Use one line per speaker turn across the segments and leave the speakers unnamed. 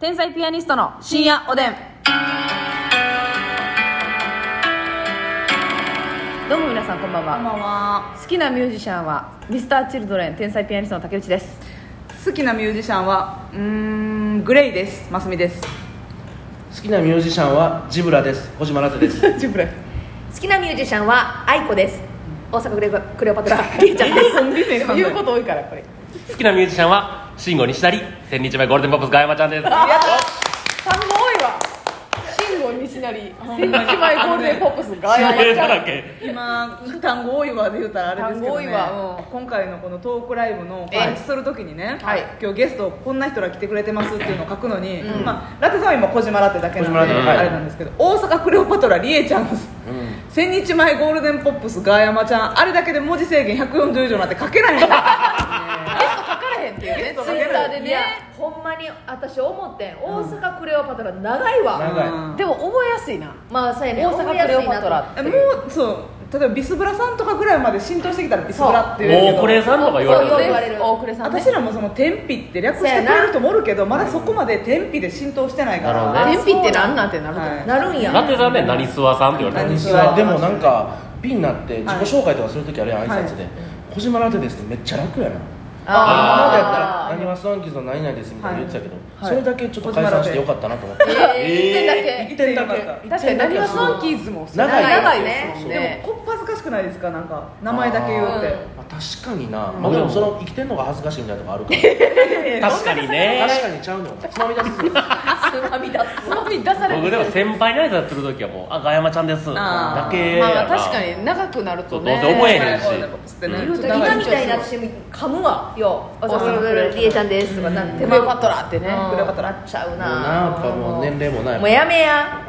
天才ピアニストの深夜おでんどうも皆さんこんばん
こんば
は
んは
好きなミュージシャンは Mr.Children 天才ピアニストの竹内です
好きなミュージシャンはうーんグレイですマスミです
好きなミュージシャンはジブラです小島ラテです
ジブラ
好きなミュージシャンは愛子です大阪クレクレオ パトラりえちゃんです
コンビ名考え
言う
る
こと多いからやっぱり
好きなミュージシャンは慎吾西成千日前ゴールデンポップスガヤマちゃんです
あやった単語多いわ慎吾西成千日前ゴールデンポップスガヤマ ち
えーだ
ゃ
ら
ん
け
今単語多いわで言うたらあれですけど、ね、
単語多いわうん
今回のこのトークライブの
ええ
告知するときにね、
はい
今日ゲストこんな人ら来てくれてますっていうのを書くのに、まあ、ラテさんは今小島ラテだけなんで、
小島ラテはい
あれなんですけど大阪クレオパトラリエちゃんです、千日前ゴールデンポップスガーヤマちゃんあれだけで文字制限140以上なんて書けないんですよ
書かれへんっていうね
そう
ツイッターでねほんまに私思ってん大阪クレオパトラ長いわ、
長い
うん
でも覚えやすいな
まあそうやね
大阪クレオパトラって
えもうそう例えばビスブラさんとかぐらいまで浸透してきたらビスブラっていうけど
大暮さんとか言われる
そう言われる
大暮さんね
私らもその天日って略してくれる人もおるけどまだそこまで天日で浸透してないから
なるほどね
天日ってなんなんてなると思う
はい
なるんや
ラテさんね何諏訪さんって言われて
何
る
諏訪
でもなんかピンになって自己紹介とかするときあれやん
はい
挨拶で小島ラテですってめっちゃ楽やな今までやった
あ
ら「何はスワンキーズの何々です」みたいな言ってたけど
はい
それだけちょっと解散してよかったなと思って
ーえー、点だけ
一
点だ
一点だ
け
確かに何がスワンキ
ー
ーズも
長い
長いですもん
で
ね
もこっぱずかしくないですかなんか名前だけ言うっ
う
て
確かにな、まあ、でもその生きてんのが恥ずかしいみたいなとこあるから
確かに
確
ね
かにちゃうのよつまみ出す
つまみ出す
つまみ出されて
僕でも先輩に挨拶するときはもう「あガヤマちゃんです」
あー
だけや
ま
な
あ確かに長くなるとね
そうどうせ覚えへん
はいこうなんかつってね
う
ちょ
ん
っと長
今
い
みたいに私噛むわよ大
そう
阪クレオパトラりえちゃんですとかなって
クレオパトラってね
うん
クレオパトラ
ちゃう
もうなやっ
な
ぱもう年齢もない
もうやめや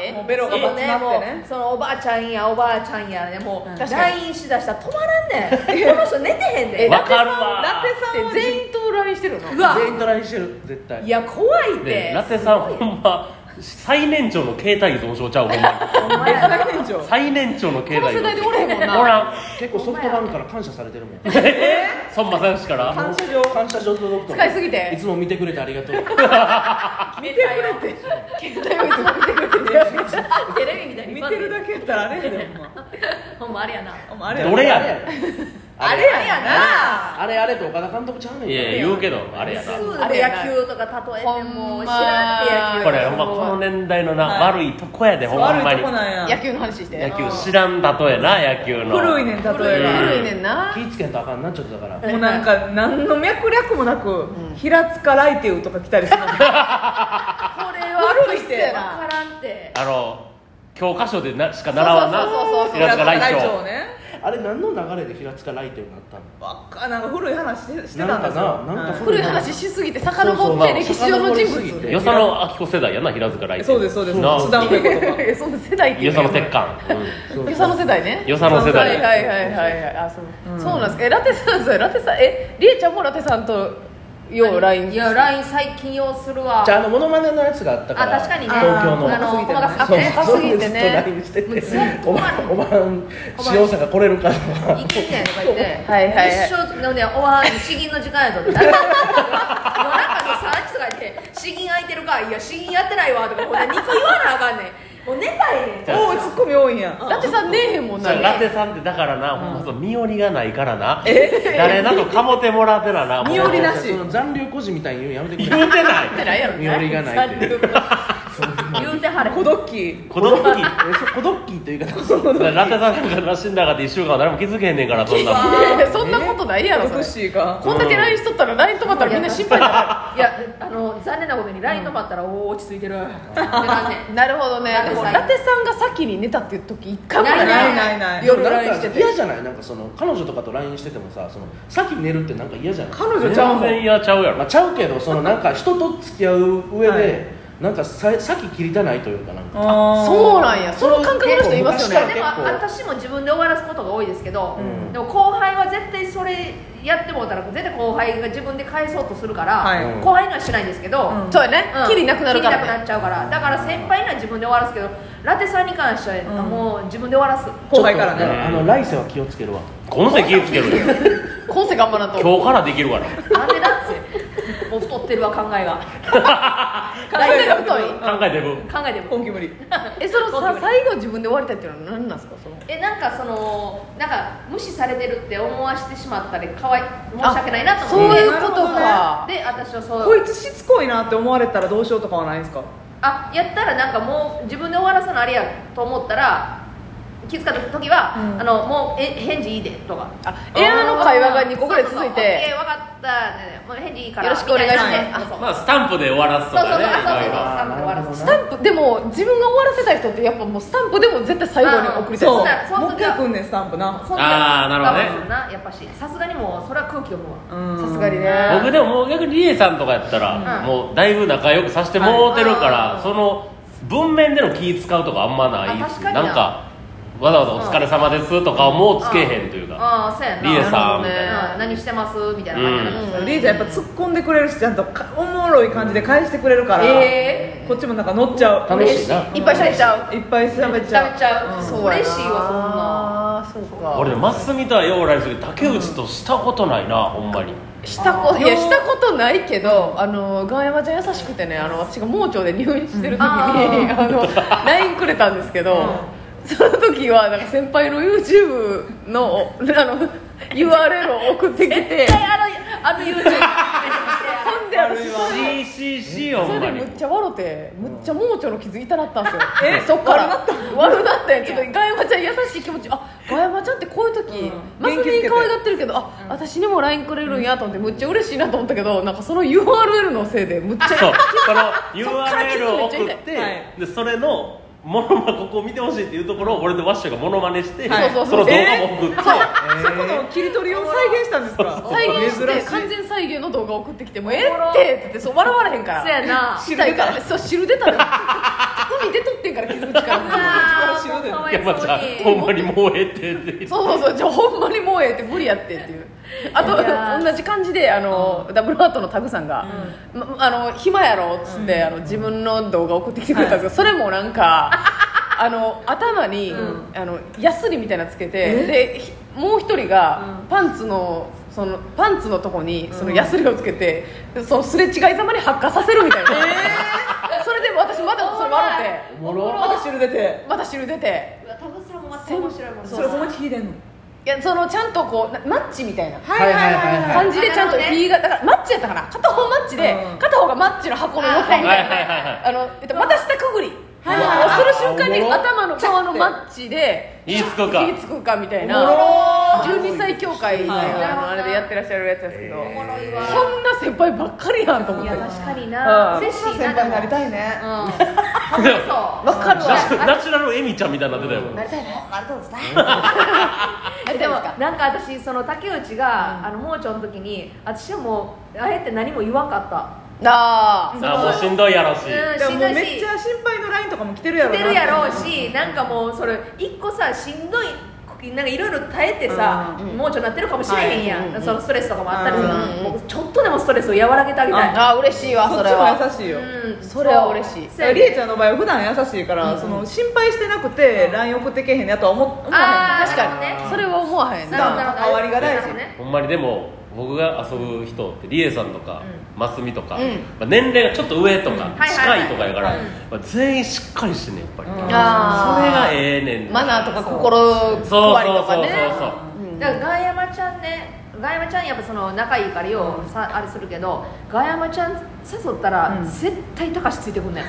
え
もうベロが
もう
バツなっ
ね、も
て
う
ね
そのおばあちゃんやおばあちゃんやねもう
確かに
LINE しだしたら止まらんねんこの人寝てへんで
わかるわ
ラテさん
で
は全員
全員と LINE してる の
うわ
全員トライしてる絶対
いや怖い
ね
って
ラテさんほんま最年長の携帯依存症ちゃうほんまに
お前最年 長
最年長の携
この
帯依
世代でおれへんもん
存
な
症おらん
結構ソフトバンクから感謝されてるもん
孫正義から
感謝状
感謝状届くと
使いすぎて
いつも見てくれてありがとう
見てくれてテレビみたいに
見てるだけやったらあれやでほんま
ほんまあれやな
ほんまあれや
どれ
あ
や
れや
ね
ろ
あれやな
あれあれと岡田監督ちゃうねん
んいやいや言うけどあれや
す
な
ぐ
あれやな
野球とか例えても
ほんま
知らんっ
こ
て野球
れほんまこの年代のな、
はい
悪いとこやでほんまに
悪いとこなん
野
や
球の話して
野球知らん例えな野球の
古いねん例
古い
え
ね
ば
古いねんな
気ぃつけんとあかんなちょっとだから
もうなんか何の脈略もなく平塚ライテウとか来たりするの
これは
悪いって
わからんって
あの教科書でなしか習わんな
そうそうそうそう
平塚来
平
長
塚ね
あれ何の流れで平塚ライトになったの
わっかなんか古い話してして
なん
たんで
か
すよ
ななんか
はい
古い話しすぎて遡って歴史上の人物
与謝野明子世代やな平塚来長
そうですそうです
な
津田梅子と か
えその世代ってい
与
う
謝
の
野鉄管、
そう
よさの世代ね
うん、与謝野世
はいはい
代
はいはいはいあそう、そうなんですかえラテさんそうラテさんえりえちゃんもラテさんとよう LINE
いや LINE 最近用するわ
じゃああのモノマネのやつがあったから
あ確かにね
東京の
あの
細
細
か
か
す
そ
す
う
ぎて
細かすぎてね
そうずっと LINE
ずっ
してて
と
おばんおばん塩坂来れるかとか
いけんねんとか言って
はいはいはい
一生のねおわ詩吟の時間やぞ って夜中の3時とか言って詩吟空いてるかいや詩吟やってないわとかほんで2個言わなあかんねんもう寝たいねん
おおツッコミ多いんや
ラテさんねえへんもん
じゃ
な
あラテさんってだからな、ほんまそう身寄りがないからな誰なとかもてもらってななもう
身寄りなし
その残留孤児みたいに言うのやめてく
言
れ
うてな
って
い
ないやろ
身寄りがないっていう
言うてはれ
孤独期
子供に
えそう孤独期という言い方そ
ラテさんなんか死んだかで1週間誰も気づけへんねんからそんなもん
そんなことないやろ
孤
それ
独死が
こんだけ LINE しとったら LINE 止まったらみんな心配にない
やあの残念なことに LINE 止まったら、おお落ち着いてるってなんねん
なるほどね
な
で
るほ
も
ど
ラテさんが先に寝たっていう時一回もない
ないないない
夜
なん
LINE
か
してて
嫌じゃないなんかその彼女とかと LINE しててもさその先寝るってなんか嫌じゃない
彼女ちゃう
全
もん
然嫌ちゃうやろ
まあ、ちゃうけどそのなんか人と付き合う上で、
はい
なんかさ先切りたないというかなんか
あ
そうなんやその感覚の人いますよ
確
ね
か
でも
結構
私も自分で終わらすことが多いですけど、
うん
でも後輩は絶対それやってもうたら絶対後輩が自分で返そうとするから、
はい
後輩にはしないんですけど、
うん
そうやね
うん
きりなくなるから
キリなくな
ね
っちゃうからだから先輩には自分で終わらすけどラテさんに関しては
うん
もう自分で終わらす、
後輩から
ちょっと
ね
あの来世は気をつけるわ
この席気ぃつけるよ
今世頑張らんと
今日からできるから
なんでだってお太ってるわ考えが
考えが太い
考えてる
考えても
本気無理
えその
そう
さ
です
最後自分で終わりたいっていうのは何なんですかその
えなんかそのなんか無視されてるって思わしてしまったりかわい申し訳ないなと思っ
そう
て
いうことか
で私はそう
こいつしつこいなって思われたらどうしようとかはないんですか
あやったらなんかもう自分で終わらすのあれやと思ったら気づかれた時は、
うん
あのもうえ返事いいでとか
あエアの会話が2個ぐらい続いて
え分かった、ね、もう返事いいから
よろしくお願いします
みたなねそう
まあスタンプで終わらすと
そうそう
か
そう
ね
あそうそ
い
うそう
ろいろ
スタンプで
スタン
終わらす
プでも自分が終わらせたい人ってやっぱもうスタンプでも絶対最後に送りたい
そ
そう
だそう
もう一回来んねんスタンプな
そんな
あーなるほどね
我慢すなやっぱしさすがにもうそれは空気読む
う
わ
さ
ん
すがに
あ
ね
僕でももう逆にリエさんとかやったら、
うん
もうだいぶ仲良くさせてもうてるから、
はい
その文面での気使うとかあんまないで
あ
す
確かにな
なんかわざわざ「お疲れ様です」とかもうつけへんというか、
ああそうやな
リエさん
なるほど
みたい
ね
な、
うん何してますみたいな感じになる
う
リーちゃんやっぱ突っ込んでくれるしちゃんとかおもろい感じで返してくれるから、
え
こっちもなんか乗っちゃう
楽しいない
っぱい喋っちゃう
いっぱい喋
ー
っ
食べ
ち
ち
ゃう
ゃう
そうやな
嬉しいわ
あーそうか
俺ますみとはよう来する竹内としたことないな、ほんまに
したこいやしたことないけどあのガーヤマちゃん優しくてねあの私が盲腸で入院してる時に、
うん
あの LINE くれたんですけど、その時はなんか先輩の YouTube のあの URL を送ってきて
そんな絶対あのあの YouTube
ほんで私 それ
CCC よ
そ
ほ
れ
んま
で
に
むっちゃ笑ってむっちゃ盲腸の傷痛なったんですよ
え
そっから悪なったんやちょっとガヤマちゃん優しい気持ちあガヤマちゃんってこういう時、マス
元気
ミ
づけ
に
て
可愛がってるけどあ、私にも LINE くれるんやと思ってむっちゃ嬉しいなと思ったけどなんかその URL のせいでむっちゃ
そうその
から気
URL
づ
を
いちゃ
送
い
っ
な
て
い
はい
でそれのモノマここを見てほしいっていうところを俺とワッシュがモノマネして、
はい
その動画も送って、
そこの切り取りを再現したんですか
再現して
珍し
完
い
全再現の動画送ってきてもうええってってってそう笑われへんから
そうやな
知りたいからそう汁出たで海出とってんから傷口から
う
力
わーもう
仕
か
事
わい
山ちゃん
そ
ほ
う
ん
に
まにもうええってって言って
そうそうそうじゃあほんまにもうええって無理やってっていうあ
いや
と
ー
同じ感じであの、ダブルハートのタグさんが「まあの暇やろ」っつって、あの自分の動画送ってきてくれたんですけど、それもなんかあの頭に、あのヤスリみたいなのつけてでひもう一人がパンツの。そのパンツのとこにそのヤスリをつけて、そのすれ違いざまに発火させるみたいな、 それで私まだそれ笑って
おもろ
また汁出て
また汁出て
うわタブさんもまた面白いもん
そう
それほんまに聞いてんの
いやそのちゃんとこうなマッチみたいな
はいはいはいはい
感じでちゃんと
あなるほどね
B がだからマッチやったかな片方マッチで
うん
片方がマッチの箱の横みたい
はいはい
な
はいはい
あの、えっと、また下くぐりをす
はいはいはい
る瞬間に
おもろ
頭の側のマッチで
火つくか
火つくかみたい
おもろ
な12歳協会の
はい
あのあれでやってらっしゃるやつですけど
おもろいわ
そんな先輩ばっかりやんと思っ
い
て
や確かにな
うん
セクシーなでも
たいね
うんかわいそう
わかるわ
ナチュラルエミちゃんみたいになってたよ
なりたいね
なりたいですね
えでもなんか私その竹内が、あの盲腸の時に私はもうあえて何も言わんかった
なあ
あもうしんどいやろし、
うん
でも
しん
も
ど
う
い
めっ
し
ちゃ心配のラインとかも来てるや
来
ろうな
てるやろうしなんかもうそれ一個さしんどいなんかいろいろ耐えてさ、盲腸なってるかもしれへんやん、そのストレスとかもあったりする、
うん
もうちょっとでもストレスを和らげてあげたい
ああ嬉しいわ
そ
そ
っ
れは
ちも優しいよ
うん
それは嬉しい
だからりえちゃんの場合は普段優しいから、その心配してなくて LINE 送ってけへんねやとは思思わへん
あー
確かに
なるほどね
それは思わへん
なるほどなるほど
関わりが大事
なるほどね
ほんまにでも僕が遊ぶ人ってリエさんとか、マスミとか、
うん
まあ、年齢がちょっと上とか、
はいはい
近いとかやから、
うん
まあ、全員しっかりしてんねんやっぱり、それ
あー
がええねん
マナーとか心
そう
配り
そ
と
うそ
か
う
ね
そうそう
だからガヤマちゃんねガヤマちゃんやっぱその仲いいからよ、さあれするけどガヤマちゃん誘ったら、絶対高しついてくんねん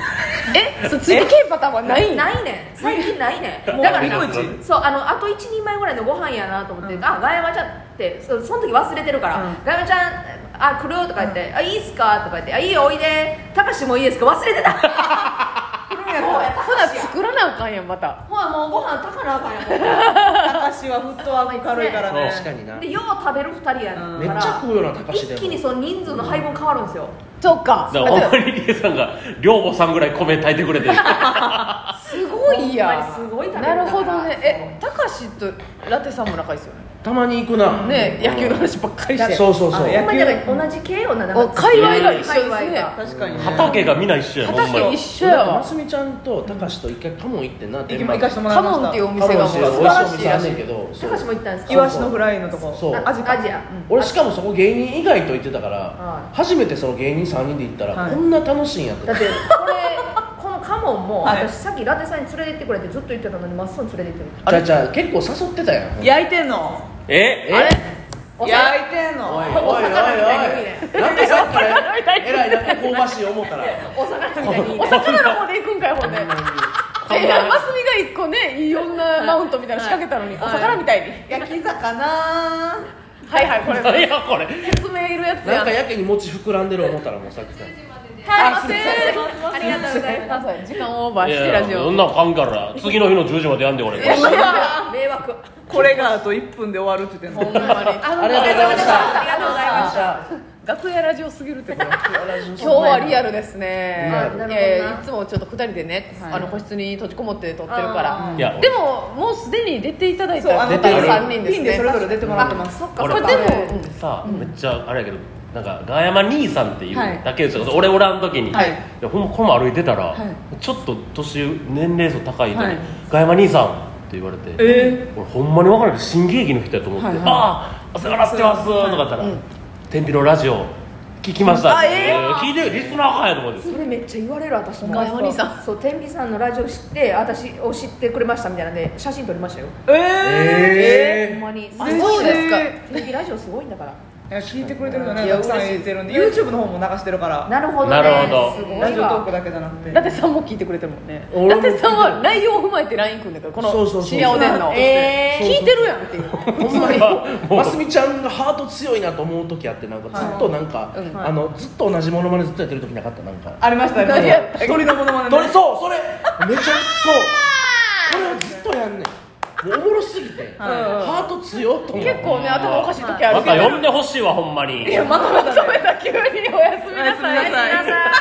えそうついてけんパターンはないん
ないねん最近ないねんだ
もう
から
みんな
そうあのあと1人前ぐらいのご飯やなと思って、あガヤマちゃんってそその時忘れてるから、ガヤマちゃんあ来るとか言って、あいいっすかとか言ってあいいよおいで高しもいいですか忘れてた来るんやったら
ほな作らなあかんやんまた
ほらもうご飯高なあかんや
高しはフットワーク軽いからね
確かにな
もんでよう食べる2人やねん
めっちゃ食うよな高橋で
一
も
気にその人数の配分変わるんですよ、
そうか
だからほんまにリエさんが寮母さんぐらい米炊いてく れて
すごいや
ほんまにすごい食べる
なるほどねえたかしとラテさんも仲いいですよね
たまに行くな、
ね
うん
野球の話ばっかりして
そうそうそう
あ野
ほんまにだから同じ系よななん
お
か
界隈が一緒ですね
界隈が
確かにね
畑が皆一緒やんほんま
畑
に
一緒やわ
ますみちゃんとたかしと一回カモン行ってんな
行きま行かしてもら
カ
いま
モ
し
ン
た
っていうお
カモ
店
ン
がもう
してる
素晴
美味
ら
しいお
しい
店あ
ら
ん
し
ねん
い
けどそ
た
う
かしも行ったんです
イ
か
ワシのフライのとこ
そう
あアジか
アジア
俺しかもそこ芸人以外と言ってたから、
は
初めてその芸人3人で行ったら、
はい
こんな楽しいんやと
だってこれこのカモンも
はい
私さっきラテさんに連れて行ってくれってずっと言ってたのにまっすぐ連れて行ってくれ
じゃあじゃあ結構誘ってたやん
焼いてんの
え
あれ
お
焼いてんの
おいおいおい
お魚みたいに
おいなんでさっきからえらいなんか香ばしい思ったら
お魚みたいに
お魚の方で行くんかよほんで いやマスミが一個ねいい女マウントみたいなの仕掛けたのに、お魚みたいに、
焼き魚
はいはいこれ
何やこれ
説明いるやつ
な
や
んかやけに餅膨らんでる思ったらもうさっきから
はいすいませんありがとうございます
す時間オーバー
い
して
や
ラ
い
ジ
やそ
オ
んなんかんから次の日の10時までやんで俺
や
あ
迷惑
これがあと1分で終わるって言ってん
ほん
の
まにあ
ありがとうございました
ありがとうございました
楽屋ラジオすぎるってこれ今日はリアルですね
リアル
い
なるほどな
やいやいつもちょっと2人でね、あの個室に閉じこもって撮ってるから
いや
でももうすでに出ていただい
そう
た
あの
出てる
3人です
ピンで
ね
それぞれ出てもらってます
そっか
俺
そっ
こ
か
れでも、
さあ、めっちゃあれやけどなんかガヤマ兄さんっていう
はい
だけですよ、俺おらん時に、
はい
やほんまこの歩いてたら、ちょっと年年齢層高いのに、ガヤマ兄さんって言われて、
え
俺ほんまに分からない新喜劇の人やと思って「
はいはい
ああお世話になってます」とか言ったら「天日のラジオ聞きました」
あええ
えー聞いてるリスナーかんやと思って
それめっちゃ言われる私も
ガヤマ兄さ
そう天秤さんのラジオ知って私を知ってくれましたみたいなんで写真撮りましたよ
え
え
ほんまに
あそうですか
天秤ラジオすごいんだから
え聞いてくれてるよね
いや
たくさん
嬉しい
言ってるんで YouTube の方も流してるから
なるほどね
なるほど
すごいわ
ラジオトークだけじゃなくて
ラテさんも聞いてくれてるもんね
俺も
ラテさんは内容を踏まえて LINE 組んだからこ
そうそうそ
の
う
深夜おでんの
えー
聞いてるやんっていう
ほんまに
もう
ますみちゃんがハート強いなと思う時あってなんかずっとなんか、
うん
あのずっと同じものまねずっとやってる時なかったなんか
ありましたよ
何やったっけ
鳥のものまね
どれ
ね
そうそれめちゃそうこれをずっとやんねんもうおもろすぎて、ハート強っと思う
結構ね頭おかしい時あ
ま
るけ
た
ど
呼んでほしいわほんまに
まとめた急におやすみな
お
さい
やすみなさい
ごめんなさい